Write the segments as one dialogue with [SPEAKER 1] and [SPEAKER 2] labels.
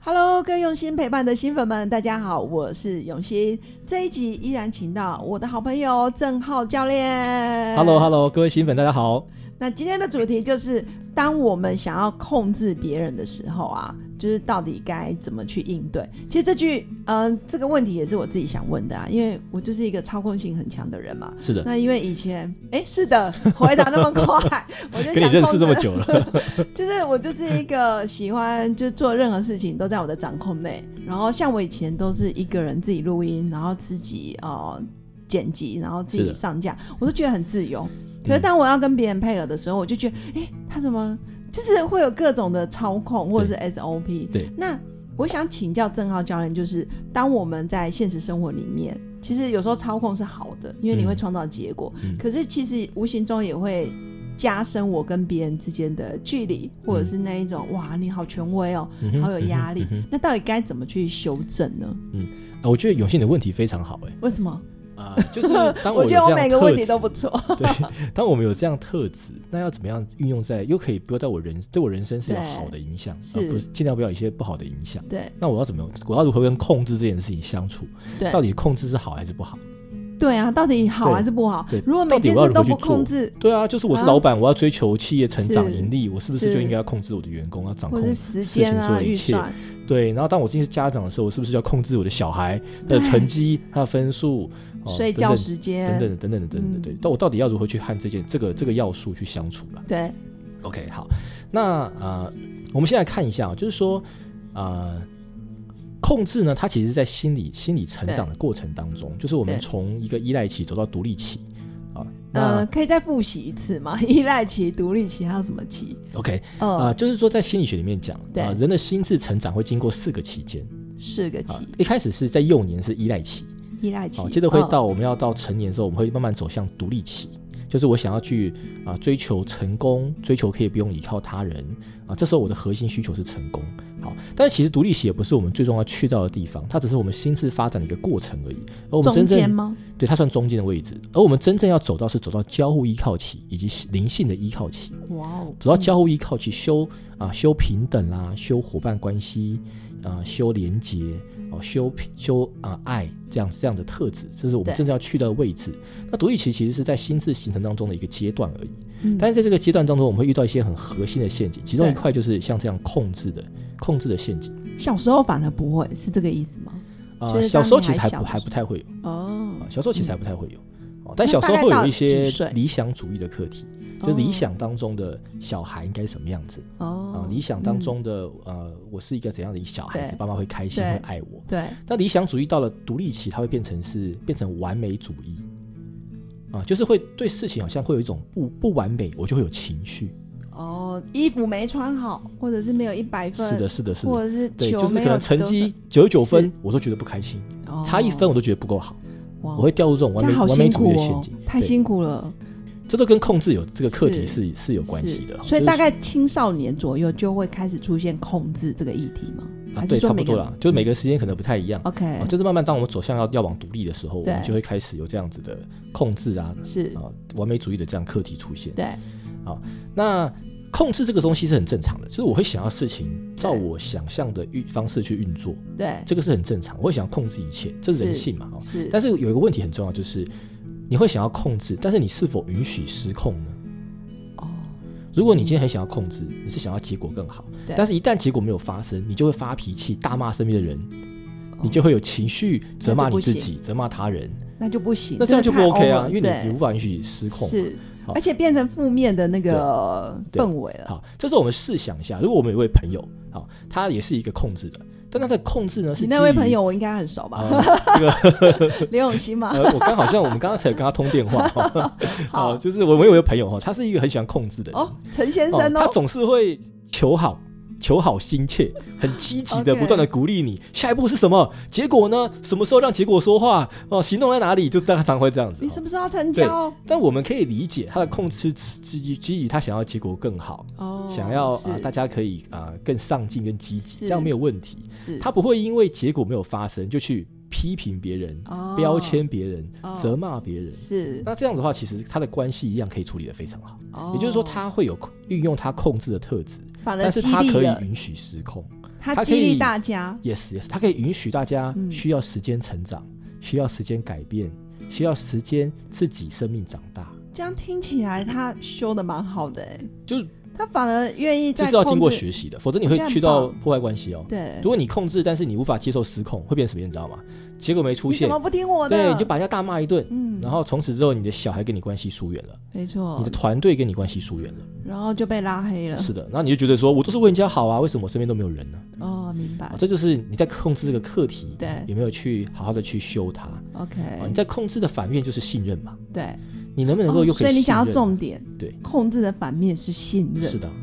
[SPEAKER 1] Hello，各位用心陪伴的新粉们，大家好，我是永新。这一集依然请到我的好朋友郑浩教练。
[SPEAKER 2] Hello Hello，各位新粉大家好。
[SPEAKER 1] 那今天的主题就是，当我们想要控制别人的时候啊，就是到底该怎么去应对？其实这句，嗯、这个问题也是我自己想问的啊，因为我就是一个操控性很强的人嘛。
[SPEAKER 2] 是的，
[SPEAKER 1] 那因为以前，哎，是 的，回答那么快，我就
[SPEAKER 2] 跟你
[SPEAKER 1] 想
[SPEAKER 2] 认
[SPEAKER 1] 控
[SPEAKER 2] 识
[SPEAKER 1] 制
[SPEAKER 2] 这么久了，
[SPEAKER 1] 就是我就是一个喜欢，就是做任何事情都在我的掌控内。然后像我以前都是一个人自己录音，然后自己呃剪辑，然后自
[SPEAKER 2] 是
[SPEAKER 1] 己
[SPEAKER 2] 的嗯
[SPEAKER 1] 上架，我都觉得很自由。可是当我要跟别人配合的时候，我就觉得，哎、他怎么就是会有各种的操控或者是 SOP？
[SPEAKER 2] 对
[SPEAKER 1] 那我想请教郑浩教练，就是当我们在现实生活里面，其实有时候操控是好的，因为你
[SPEAKER 2] 嗯
[SPEAKER 1] 会创造结果，
[SPEAKER 2] 嗯
[SPEAKER 1] 可是其实无形中也会加深我跟别人之间的距离，或者是那一种、哇，你好权威哦，
[SPEAKER 2] 嗯哼
[SPEAKER 1] 好有压力。
[SPEAKER 2] 嗯哼嗯
[SPEAKER 1] 那到底该怎么去修正呢？
[SPEAKER 2] 哼啊我觉得永信的问题非常好哎、
[SPEAKER 1] 为什么？
[SPEAKER 2] 啊、就是当我有
[SPEAKER 1] 觉得
[SPEAKER 2] 这样
[SPEAKER 1] 我每个
[SPEAKER 2] 特
[SPEAKER 1] 问题
[SPEAKER 2] 质
[SPEAKER 1] 都不错。
[SPEAKER 2] 对，当我们有这样特质，那要怎么样运用在又可以不要在我人对我人生是有
[SPEAKER 1] 对
[SPEAKER 2] 好的影响，
[SPEAKER 1] 是
[SPEAKER 2] 而不是尽量不要有一些不好的影响。
[SPEAKER 1] 对
[SPEAKER 2] 那我要怎么？我要如何跟控制这件事情相处？
[SPEAKER 1] 对
[SPEAKER 2] 到底控制是好还是不好？
[SPEAKER 1] 对啊，到底好
[SPEAKER 2] 对
[SPEAKER 1] 还是不好
[SPEAKER 2] 对？
[SPEAKER 1] 如果每
[SPEAKER 2] 到底
[SPEAKER 1] 件
[SPEAKER 2] 我要
[SPEAKER 1] 事
[SPEAKER 2] 如
[SPEAKER 1] 都
[SPEAKER 2] 何去
[SPEAKER 1] 不
[SPEAKER 2] 做
[SPEAKER 1] 控制，
[SPEAKER 2] 对啊，就是我是
[SPEAKER 1] 啊
[SPEAKER 2] 老板，我要追求企业成长
[SPEAKER 1] 是
[SPEAKER 2] 盈利，我是不是
[SPEAKER 1] 是
[SPEAKER 2] 就应该要控制我的员工，要掌
[SPEAKER 1] 或
[SPEAKER 2] 控
[SPEAKER 1] 者是时间
[SPEAKER 2] 事情
[SPEAKER 1] 啊、
[SPEAKER 2] 所有
[SPEAKER 1] 预
[SPEAKER 2] 一切
[SPEAKER 1] 算，
[SPEAKER 2] 对，然后当我今天是家长的时候，我是不是就要控制我的小孩的
[SPEAKER 1] 对
[SPEAKER 2] 成绩、他的 分数、哦
[SPEAKER 1] 睡觉时间
[SPEAKER 2] 等等等等等等等
[SPEAKER 1] 嗯
[SPEAKER 2] 等对，但我到底要如何去和这件这个这个要素去相处了
[SPEAKER 1] 对，
[SPEAKER 2] ？OK，好，那呃，我们先来看一下，哦就是说呃，控制呢，它其实是在心理心理成长的过程当中，就是我们
[SPEAKER 1] 对
[SPEAKER 2] 从一个依赖期走到独立期啊。那、
[SPEAKER 1] 呃，可以再复习一次吗？ 依赖期、独立期还有什么期？
[SPEAKER 2] OK 啊、
[SPEAKER 1] 呃，
[SPEAKER 2] 就是说在心理学里面讲，
[SPEAKER 1] 对
[SPEAKER 2] 啊、人的心智成长会经过四个期间
[SPEAKER 1] 四个
[SPEAKER 2] 啊
[SPEAKER 1] 期，，
[SPEAKER 2] 一开始是在幼年是依赖期。
[SPEAKER 1] 依赖期
[SPEAKER 2] 好，，哦接着会
[SPEAKER 1] 嗯
[SPEAKER 2] 到我们要到成年的时候，我们会慢慢走向独立期，就是我想要去啊追求成功，追求可以不用依靠他人啊。这时候我的核心需求是成功。好，但是其实独立期也不是我们最终要去到的地方，它只是我们心智发展的一个过程而已。而我们
[SPEAKER 1] 中
[SPEAKER 2] 真
[SPEAKER 1] 间
[SPEAKER 2] 正
[SPEAKER 1] 吗？
[SPEAKER 2] 对它算中间的位置，而我们真正要走到是走到交互依靠期以及灵性的依靠期。
[SPEAKER 1] 哇哦，
[SPEAKER 2] 主要交互依靠去修啊，修平等啦、修伙伴关系啊，修连结哦、修平修啊爱这样这样的特质，这是我们
[SPEAKER 1] 对
[SPEAKER 2] 真正要去的位置。那独立期其实是在心智形成当中的一个阶段而已。
[SPEAKER 1] 嗯
[SPEAKER 2] 但是在这个阶段当中，我们会遇到一些很核心的陷阱，其中
[SPEAKER 1] 对
[SPEAKER 2] 一块就是像这样控制的控制的陷阱。
[SPEAKER 1] 小时候反而不会，是这个意思吗？
[SPEAKER 2] 啊、
[SPEAKER 1] 就是
[SPEAKER 2] 小
[SPEAKER 1] 当
[SPEAKER 2] 时候
[SPEAKER 1] 你
[SPEAKER 2] 其实
[SPEAKER 1] 还
[SPEAKER 2] 还
[SPEAKER 1] 小
[SPEAKER 2] 不
[SPEAKER 1] 的
[SPEAKER 2] 还
[SPEAKER 1] 时
[SPEAKER 2] 不太会有
[SPEAKER 1] 哦，
[SPEAKER 2] 啊，小时候其
[SPEAKER 1] 嗯
[SPEAKER 2] 实还不太会有。哦但
[SPEAKER 1] 那
[SPEAKER 2] 小时
[SPEAKER 1] 大
[SPEAKER 2] 候
[SPEAKER 1] 概
[SPEAKER 2] 会
[SPEAKER 1] 到
[SPEAKER 2] 有一些
[SPEAKER 1] 几岁
[SPEAKER 2] 理想主义的课题，就理想当中的小孩应该什么样子，啊、
[SPEAKER 1] 哦，
[SPEAKER 2] 理想当
[SPEAKER 1] 嗯
[SPEAKER 2] 中的、呃，我是一个怎样的小孩子，
[SPEAKER 1] 对
[SPEAKER 2] 爸妈会开心，
[SPEAKER 1] 对
[SPEAKER 2] 会爱我。
[SPEAKER 1] 对，
[SPEAKER 2] 那理想主义到了独立期，它会变成是变成完美主义，啊、就是会对事情好像会有一种不不完美，我就会有情绪。
[SPEAKER 1] 哦，衣服没穿好，或者是没有一百分，
[SPEAKER 2] 是的，是的，是
[SPEAKER 1] 或
[SPEAKER 2] 的，
[SPEAKER 1] 者是
[SPEAKER 2] 对，就
[SPEAKER 1] 球
[SPEAKER 2] 是可
[SPEAKER 1] 没有
[SPEAKER 2] 能成
[SPEAKER 1] 得
[SPEAKER 2] 绩九十九分
[SPEAKER 1] 是，
[SPEAKER 2] 我都觉得不开心，
[SPEAKER 1] 分，哦
[SPEAKER 2] 差一分我都觉得不够好，
[SPEAKER 1] 哇
[SPEAKER 2] 我会掉入这种
[SPEAKER 1] 这
[SPEAKER 2] 完
[SPEAKER 1] 样
[SPEAKER 2] 美、
[SPEAKER 1] 好
[SPEAKER 2] 完美
[SPEAKER 1] 辛
[SPEAKER 2] 主
[SPEAKER 1] 苦
[SPEAKER 2] 义的陷
[SPEAKER 1] 哦
[SPEAKER 2] 阱，。
[SPEAKER 1] 太
[SPEAKER 2] 对
[SPEAKER 1] 辛苦了，
[SPEAKER 2] 这都跟控制有这个课题
[SPEAKER 1] 是
[SPEAKER 2] 是是有关系
[SPEAKER 1] 是
[SPEAKER 2] 的。哦
[SPEAKER 1] 所以
[SPEAKER 2] 就是
[SPEAKER 1] 大概青少年左右就会开始出现控制这个议题吗？
[SPEAKER 2] 啊，
[SPEAKER 1] 还
[SPEAKER 2] 对，
[SPEAKER 1] 是说
[SPEAKER 2] 差不
[SPEAKER 1] 每个
[SPEAKER 2] 多
[SPEAKER 1] 人
[SPEAKER 2] 啦，就是每个时间可能不太一样。
[SPEAKER 1] OK
[SPEAKER 2] 啊，就是慢慢当我们走向要要往独立的时候，我
[SPEAKER 1] 对
[SPEAKER 2] 们就会开始有这样子的控制啊
[SPEAKER 1] 是
[SPEAKER 2] 啊完美主义的这样课题出现。
[SPEAKER 1] 对
[SPEAKER 2] 那控制这个东西是很正常的，就是我会想要事情照
[SPEAKER 1] 对
[SPEAKER 2] 我想象的运方式去运作，
[SPEAKER 1] 对
[SPEAKER 2] 这个是很正常。我会想要控制一切，这是人
[SPEAKER 1] 是
[SPEAKER 2] 性嘛？哦，
[SPEAKER 1] 是，
[SPEAKER 2] 但是有一个问题很重要，就是你会想要控制，但是你是否允许失控呢？
[SPEAKER 1] 哦
[SPEAKER 2] 如果你今天很想要控制，你是想要结果更好，
[SPEAKER 1] 对
[SPEAKER 2] 但是一旦结果没有发生，你就会发脾气，大骂身边的人，
[SPEAKER 1] 哦
[SPEAKER 2] 你就会有情绪责骂你自己，责骂他人，
[SPEAKER 1] 那就不行，
[SPEAKER 2] 那这样就不
[SPEAKER 1] 真的太
[SPEAKER 2] OK 啊，
[SPEAKER 1] over，
[SPEAKER 2] 因为
[SPEAKER 1] 对
[SPEAKER 2] 你你无法允许失控嘛。
[SPEAKER 1] 是，
[SPEAKER 2] 好
[SPEAKER 1] 而且变成负面的那个
[SPEAKER 2] 对对
[SPEAKER 1] 氛围了。
[SPEAKER 2] 好，这时候我们试想一下，如果我们有一位朋友，好，他也是一个控制的，但他的控制呢是
[SPEAKER 1] 你那位
[SPEAKER 2] 基于
[SPEAKER 1] 朋。友我啊应该很熟吧？
[SPEAKER 2] 呃这个
[SPEAKER 1] 刘永新 吗？
[SPEAKER 2] 呃，我刚好像我们刚刚才有跟他通 电话，哈
[SPEAKER 1] 好哦
[SPEAKER 2] 哦就是我们有一个朋友哈，他是一个很喜欢控制的人，
[SPEAKER 1] 哦，陈先生
[SPEAKER 2] 他
[SPEAKER 1] 哦，
[SPEAKER 2] 总是会求好、求好心切，很积极的不断的鼓励你。下一步是什么？结果呢？什么时候让结果说话？哦，行动在哪里？就是大概常会这样子。哦
[SPEAKER 1] 你什么时候要成
[SPEAKER 2] 对
[SPEAKER 1] 交？
[SPEAKER 2] 但我们可以理解他的控制积极积极，他想要结果更好，
[SPEAKER 3] 哦
[SPEAKER 2] 想要啊、
[SPEAKER 3] 是
[SPEAKER 2] 大家可以啊、更上进、更积极，
[SPEAKER 3] 是
[SPEAKER 2] 这样没有问题。
[SPEAKER 3] 是
[SPEAKER 2] 他不会因为结果没有发生就去批评别人、
[SPEAKER 3] 哦
[SPEAKER 2] 标签别人
[SPEAKER 3] 哦、
[SPEAKER 2] 责骂别人。
[SPEAKER 3] 是，
[SPEAKER 2] 那这样子的话，其实他的关系一样可以处理得非常好。
[SPEAKER 3] 哦
[SPEAKER 2] 也就是说，他会有运用他控制的特质，
[SPEAKER 1] 哦反而
[SPEAKER 2] 但是
[SPEAKER 1] 激
[SPEAKER 2] 他
[SPEAKER 1] 励
[SPEAKER 2] 可
[SPEAKER 1] 了
[SPEAKER 2] 以允许失控。
[SPEAKER 1] 他
[SPEAKER 2] 他
[SPEAKER 1] 激
[SPEAKER 2] 可以
[SPEAKER 1] 励大家，
[SPEAKER 2] Yes, yes，他可以允许大家
[SPEAKER 3] 嗯
[SPEAKER 2] 需要时间成长，需要时间改变，需要时间自己生命长大，
[SPEAKER 1] 这样听起来他修的蛮好的哎，
[SPEAKER 2] 就是
[SPEAKER 1] 他反而愿意
[SPEAKER 2] 这
[SPEAKER 1] 在
[SPEAKER 2] 是要
[SPEAKER 1] 控
[SPEAKER 2] 经过
[SPEAKER 1] 制
[SPEAKER 2] 学习的，否则你会
[SPEAKER 1] 这样
[SPEAKER 2] 去到
[SPEAKER 1] 棒
[SPEAKER 2] 破坏关系哦。
[SPEAKER 1] 对
[SPEAKER 2] 如，果你控制，但是你无法接受失控，会变成什么样？你知道吗？结果没出
[SPEAKER 1] 你怎
[SPEAKER 2] 现
[SPEAKER 1] 么，不听我的？
[SPEAKER 2] 对，你就把人家大骂一顿，
[SPEAKER 3] 嗯
[SPEAKER 2] 然后从此之后，你的小孩跟你关系疏远了，
[SPEAKER 3] 没错
[SPEAKER 1] 哦
[SPEAKER 2] 你的，团队跟你关系疏远了，
[SPEAKER 1] 然后就被拉黑了。
[SPEAKER 2] 是的，然后你就觉得说，我都是为人家好啊，为什么我身边都没有人呢？
[SPEAKER 3] 哦，明白
[SPEAKER 2] 啊，，这就是你在控制这个课题，
[SPEAKER 3] 对
[SPEAKER 2] 有没有去好好的去修它？啊，
[SPEAKER 3] ，OK，
[SPEAKER 2] 你在控制的反面就是信任嘛，
[SPEAKER 3] 对，
[SPEAKER 2] 你能不能够又
[SPEAKER 1] 哦
[SPEAKER 2] 可
[SPEAKER 1] 所以你
[SPEAKER 2] 信
[SPEAKER 1] 讲到
[SPEAKER 2] 任
[SPEAKER 1] 重点，
[SPEAKER 2] 对，
[SPEAKER 1] 控制的反面是信任，
[SPEAKER 2] 是的，的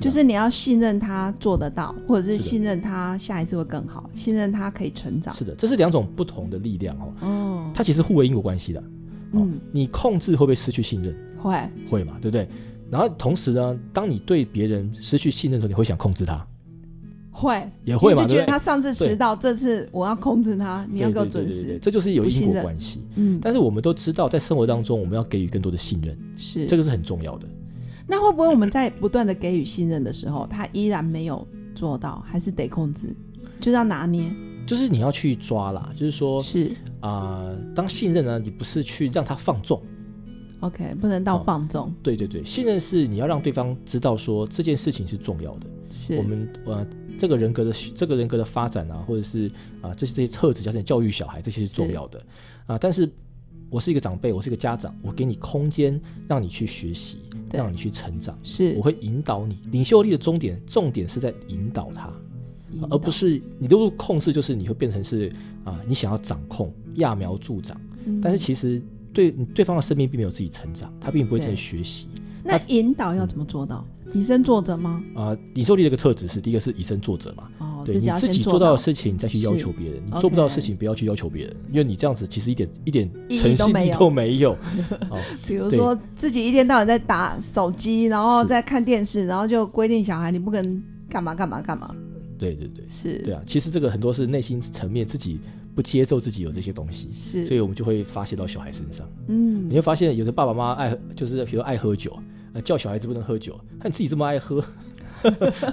[SPEAKER 1] 就是你要信任他做得到，或者是
[SPEAKER 2] 是的
[SPEAKER 1] 信任他下一次会更好，信任他可以成长。
[SPEAKER 2] 是的，这是两种不同的力量哦，
[SPEAKER 3] 哦，
[SPEAKER 2] 它其实互为因果关系的。哦
[SPEAKER 3] 嗯，
[SPEAKER 2] 你控制会不会失去信任？
[SPEAKER 3] 会，
[SPEAKER 2] 会嘛，对不对？然后同时呢，当你对别人失去信任的时候，你会想控制他，
[SPEAKER 1] 会
[SPEAKER 2] 也会
[SPEAKER 1] 你
[SPEAKER 2] 嘛，
[SPEAKER 1] 就
[SPEAKER 2] 对
[SPEAKER 1] 觉得
[SPEAKER 2] 不对？
[SPEAKER 1] 他上次迟到，这次我要控制他，你要给我
[SPEAKER 2] 对对
[SPEAKER 1] 准
[SPEAKER 2] 对对对
[SPEAKER 1] 时。
[SPEAKER 2] 这就是有
[SPEAKER 1] 不
[SPEAKER 2] 因
[SPEAKER 1] 信
[SPEAKER 2] 果
[SPEAKER 1] 任
[SPEAKER 2] 关系。
[SPEAKER 3] 嗯，
[SPEAKER 2] 但是我们都知道，在生活当中，我们要给予更多的信任，
[SPEAKER 3] 是
[SPEAKER 2] 这个是很重要的。
[SPEAKER 1] 那会不会我们在不断的给予信任的时候，他依然没有做到，还是得控制，就是要拿捏？
[SPEAKER 2] 就是你要去抓啦，就是说
[SPEAKER 3] 是
[SPEAKER 2] 啊、当信任呢，你不是去让他放纵，
[SPEAKER 1] OK，不能到
[SPEAKER 2] 哦
[SPEAKER 1] 放纵，
[SPEAKER 2] 对对对，信任是你要让对方知道说这件事情是重要的。
[SPEAKER 3] 是
[SPEAKER 2] 我们呃，这个人格的这个人格的发展啊，或者是啊、这些这些特质，加上你教育小孩，这些是重要的啊、但是我是一个长辈，我是一个家长，我给你空间，让你去学习，
[SPEAKER 3] 对
[SPEAKER 2] 让你去成长，
[SPEAKER 3] 是
[SPEAKER 2] 我会引导你。领袖力的终点重点是在引导他，
[SPEAKER 1] 引导
[SPEAKER 2] 而不是你都控制，就是你会变成是啊、你想要掌控，揠苗助长，
[SPEAKER 1] 嗯
[SPEAKER 2] 但是其实对对方的生命并没有自己成长，他并不会在
[SPEAKER 1] 对
[SPEAKER 2] 学习。
[SPEAKER 1] 那引导要怎么做到？以身作则吗？
[SPEAKER 2] 啊、领袖力的一个特质是，第一个是以身作则嘛，
[SPEAKER 1] 哦，
[SPEAKER 2] 对
[SPEAKER 1] 自
[SPEAKER 2] 你
[SPEAKER 1] 己要
[SPEAKER 2] 自
[SPEAKER 1] 先
[SPEAKER 2] 己
[SPEAKER 1] 做
[SPEAKER 2] 做到
[SPEAKER 1] 到
[SPEAKER 2] 的事情再去要
[SPEAKER 1] 是
[SPEAKER 2] 求别人，你
[SPEAKER 1] OK
[SPEAKER 2] 做不到的事情不要去要求别人，因为你这样子其实一点一点
[SPEAKER 1] 意义
[SPEAKER 2] 诚
[SPEAKER 1] 都
[SPEAKER 2] 信
[SPEAKER 1] 没
[SPEAKER 2] 力
[SPEAKER 1] 有
[SPEAKER 2] 都没有。 哦，
[SPEAKER 1] 比如
[SPEAKER 2] 对
[SPEAKER 1] 说自己一天到晚在打手机，然后
[SPEAKER 2] 是
[SPEAKER 1] 在看电视，然后就规定小孩你不跟干嘛干嘛干嘛，
[SPEAKER 2] 对对对，
[SPEAKER 1] 是，
[SPEAKER 2] 对啊，其实这个很多是内心层面自己不接受自己有这些东西，所
[SPEAKER 1] 是，
[SPEAKER 2] 以我们就会发泄到小孩身上。
[SPEAKER 1] 嗯
[SPEAKER 2] 你，会发现，有的爸爸妈妈爱喝，就是比如爱喝酒，呃叫小孩子不能喝酒，那你自己这么爱喝，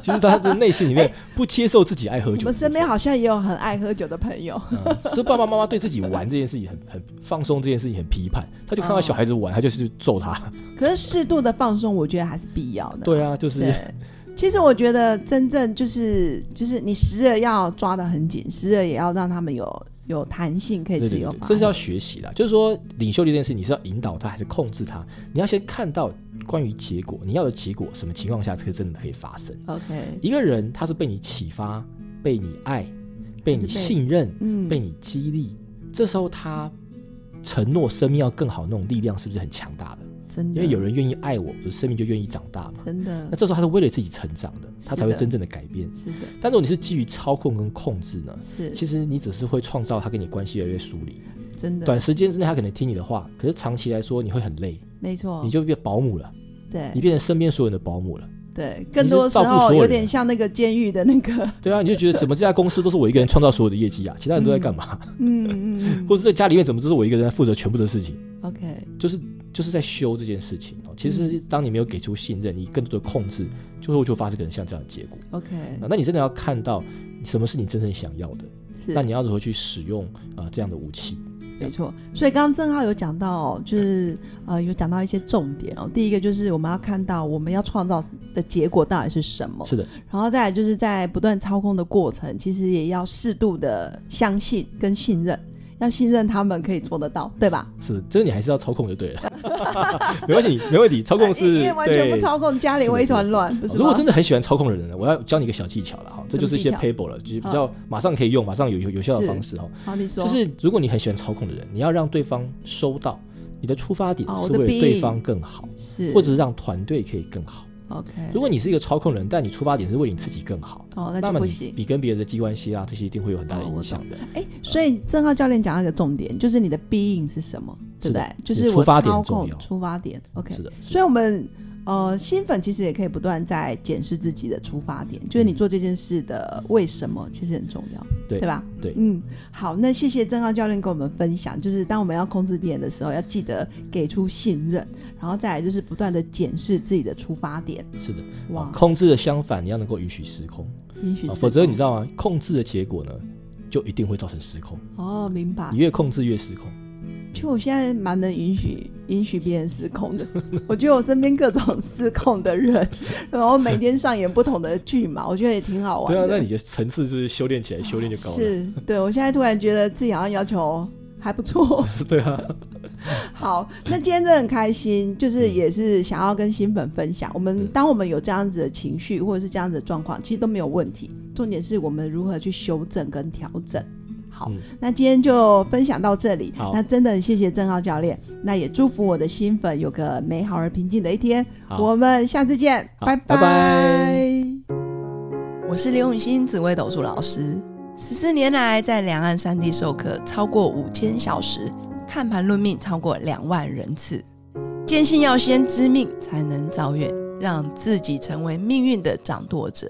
[SPEAKER 2] 其实他的内心里面不接受自己爱喝酒的部
[SPEAKER 1] 哎我们
[SPEAKER 2] 分。
[SPEAKER 1] 身边好像也有很爱喝酒的朋友，
[SPEAKER 2] 嗯，所以爸爸妈妈对自己玩这件事情很很放松，这件事情很批判，他就
[SPEAKER 1] 哦
[SPEAKER 2] 看到小孩子玩，他就是揍他。
[SPEAKER 1] 可是适度的放松，我觉得还是必要的。
[SPEAKER 2] 对啊，就是
[SPEAKER 1] 对，其实我觉得真正就是就是你时而要抓得很紧，时而也要让他们有有弹性，可以
[SPEAKER 2] 对
[SPEAKER 1] 自
[SPEAKER 2] 对
[SPEAKER 1] 由
[SPEAKER 2] 对
[SPEAKER 1] 发，
[SPEAKER 2] 这是
[SPEAKER 1] 挥
[SPEAKER 2] 要学习的。就是说，领袖力这件事，你是要引导他还是控制他？你要先看到关于结果，你要的结果，什么情况下这个真的可以发生？
[SPEAKER 1] OK，
[SPEAKER 2] 一个人他是被你启发，被你爱，被你
[SPEAKER 1] 还是被
[SPEAKER 2] 信任，
[SPEAKER 1] 嗯，
[SPEAKER 2] 被你激励，这时候他承诺生命要更好，那种力量是不是很强大的？
[SPEAKER 1] 真
[SPEAKER 2] 因
[SPEAKER 1] 的，
[SPEAKER 2] 为有人愿意爱我，我的生命就愿意长大嘛。
[SPEAKER 1] 真
[SPEAKER 2] 那
[SPEAKER 1] 的
[SPEAKER 2] 这时候他是为了自己成长的，
[SPEAKER 1] 嗯是
[SPEAKER 2] 他才会
[SPEAKER 1] 的
[SPEAKER 2] 真正的改变。
[SPEAKER 1] 是的，
[SPEAKER 2] 但如果你是基于操控跟控制呢？
[SPEAKER 1] 是
[SPEAKER 2] 其实你只是会创造他跟你关系越来越疏离，
[SPEAKER 1] 真的，
[SPEAKER 2] 短时间之内他可能听你的话，可是长期来说你会很累，
[SPEAKER 1] 没错
[SPEAKER 2] 你，就变保姆了，你
[SPEAKER 1] 哦对
[SPEAKER 2] 变成身边所有人的保姆了。
[SPEAKER 1] 对，更多时
[SPEAKER 2] 照顾所
[SPEAKER 1] 候
[SPEAKER 2] 有
[SPEAKER 1] 有
[SPEAKER 2] 人啊
[SPEAKER 1] 点像那个监狱的那个，
[SPEAKER 2] 对啊，你就觉得怎么这家公司都是我一个人创造所有的业绩啊，其他人都在 干嘛？
[SPEAKER 1] 嗯嗯嗯
[SPEAKER 2] 或者在家里面怎么都是我一个人在负责全部的事情？
[SPEAKER 1] ，OK，
[SPEAKER 2] 就是就是在修这件事情哦。其实是
[SPEAKER 1] 嗯
[SPEAKER 2] 当你没有给出信任，你更多的控制，就会就发生可能像这样的结果。
[SPEAKER 1] OK，
[SPEAKER 2] 啊那你真的要看到什么是你真正想要的，
[SPEAKER 1] 是
[SPEAKER 2] 那你要如何去使用啊、这样的武器？
[SPEAKER 1] 没错。所以刚刚郑浩有讲到，就是呃有讲到一些重点哦。第一个就是我们要看到我们要创造的结果到底是什么，
[SPEAKER 2] 是的，
[SPEAKER 1] 然后再来就是在不断操控的过程，其实也要适度的相信跟信任。要信任他们可以做得到，
[SPEAKER 2] 嗯
[SPEAKER 1] 对吧？
[SPEAKER 2] 是的，就是你还是要操控就对了， 没关系，没问题，操控
[SPEAKER 1] 因
[SPEAKER 2] 是
[SPEAKER 1] 为哎完全不
[SPEAKER 2] 对
[SPEAKER 1] 操控，家里
[SPEAKER 2] 是的
[SPEAKER 1] 会一团
[SPEAKER 2] 是的
[SPEAKER 1] 乱，不是吗？
[SPEAKER 2] 如果真的很喜欢操控的人呢，我要教你一个小技巧了哈，
[SPEAKER 1] 什
[SPEAKER 2] 这就是一些
[SPEAKER 1] 么技嗯
[SPEAKER 2] paper 了，就是比较马上可以用、马上有有有效的方式哈。
[SPEAKER 1] 好，你说，
[SPEAKER 2] 就是如果你很喜欢操控的人，你要让对方收到你的出发点
[SPEAKER 1] 哦我
[SPEAKER 2] 是
[SPEAKER 1] 的
[SPEAKER 2] 为了
[SPEAKER 1] 病
[SPEAKER 2] 对方更好，
[SPEAKER 1] 是
[SPEAKER 2] 或者是让团队可以更好。
[SPEAKER 3] OK，
[SPEAKER 2] 如果你是一个操控人，但你出发点是为你自己更好，
[SPEAKER 3] 哦，那
[SPEAKER 2] 那
[SPEAKER 3] 就
[SPEAKER 2] 么
[SPEAKER 3] 不
[SPEAKER 2] 你
[SPEAKER 3] 行。
[SPEAKER 2] 你跟别人的机关系啊，这些一定会有很大的
[SPEAKER 3] 哦我
[SPEAKER 2] 影响的。
[SPEAKER 1] 哎，所以郑浩教练讲到一个重点，就是你的 being 是什么，对不
[SPEAKER 2] 是的
[SPEAKER 1] 对？就是
[SPEAKER 2] 你
[SPEAKER 1] 我
[SPEAKER 2] 出发点
[SPEAKER 1] 操
[SPEAKER 2] 重
[SPEAKER 1] 控
[SPEAKER 2] 要
[SPEAKER 1] 出发点，OK
[SPEAKER 2] 是。的，是的
[SPEAKER 1] 所以我们呃新粉其实也可以不断在检视自己的出发点，就是你做这件事的为什么其实很重要，
[SPEAKER 2] 嗯对
[SPEAKER 1] 对吧？
[SPEAKER 2] 对
[SPEAKER 1] 嗯，好，那谢谢郑浩教练跟我们分享，就是当我们要控制别人的时候，要记得给出信任，然后再来就是不断的检视自己的出发点。
[SPEAKER 2] 是的。
[SPEAKER 1] 嗯哇
[SPEAKER 2] 啊，，控制的相反，你要能够允许失控，
[SPEAKER 1] 也许
[SPEAKER 2] 啊
[SPEAKER 1] 是
[SPEAKER 2] 否则你知道吗？控制的结果呢，就一定会造成失控。
[SPEAKER 1] 哦，明白
[SPEAKER 2] 你。越控制越失控。
[SPEAKER 1] 其实我现在蛮能允许允许别人失控的，我觉得我身边各种 失控的人，然后每天上演不同的剧嘛，我觉得也挺好玩
[SPEAKER 2] 对啊
[SPEAKER 1] 的。，
[SPEAKER 2] 那你的层次是修炼起来，修炼就高了。
[SPEAKER 1] 是，对我现在突然觉得自己好像要求还不错。
[SPEAKER 2] 对啊，
[SPEAKER 1] 好，那今天真的很开心，就是
[SPEAKER 2] 嗯
[SPEAKER 1] 也是想要跟新粉分享，我们当我们有这样子的情绪或者是这样子的状况，其实都没有问题，重点是我们如何去修正跟调整。好，
[SPEAKER 2] 嗯
[SPEAKER 1] 那今天就分享到这里
[SPEAKER 2] 好。
[SPEAKER 1] 那真的很谢谢郑浩教练，那也祝福我的新粉有个美好而平静的一天。
[SPEAKER 2] 好
[SPEAKER 1] 我们下次见，
[SPEAKER 2] 好
[SPEAKER 1] 拜
[SPEAKER 2] 拜拜
[SPEAKER 3] 我是刘雨欣，紫薇斗数老师。十四年来，在两岸三地授课超过五千小时，看盘论命超过两万人次。坚信要先知命，才能造运，让自己成为命运的掌舵者。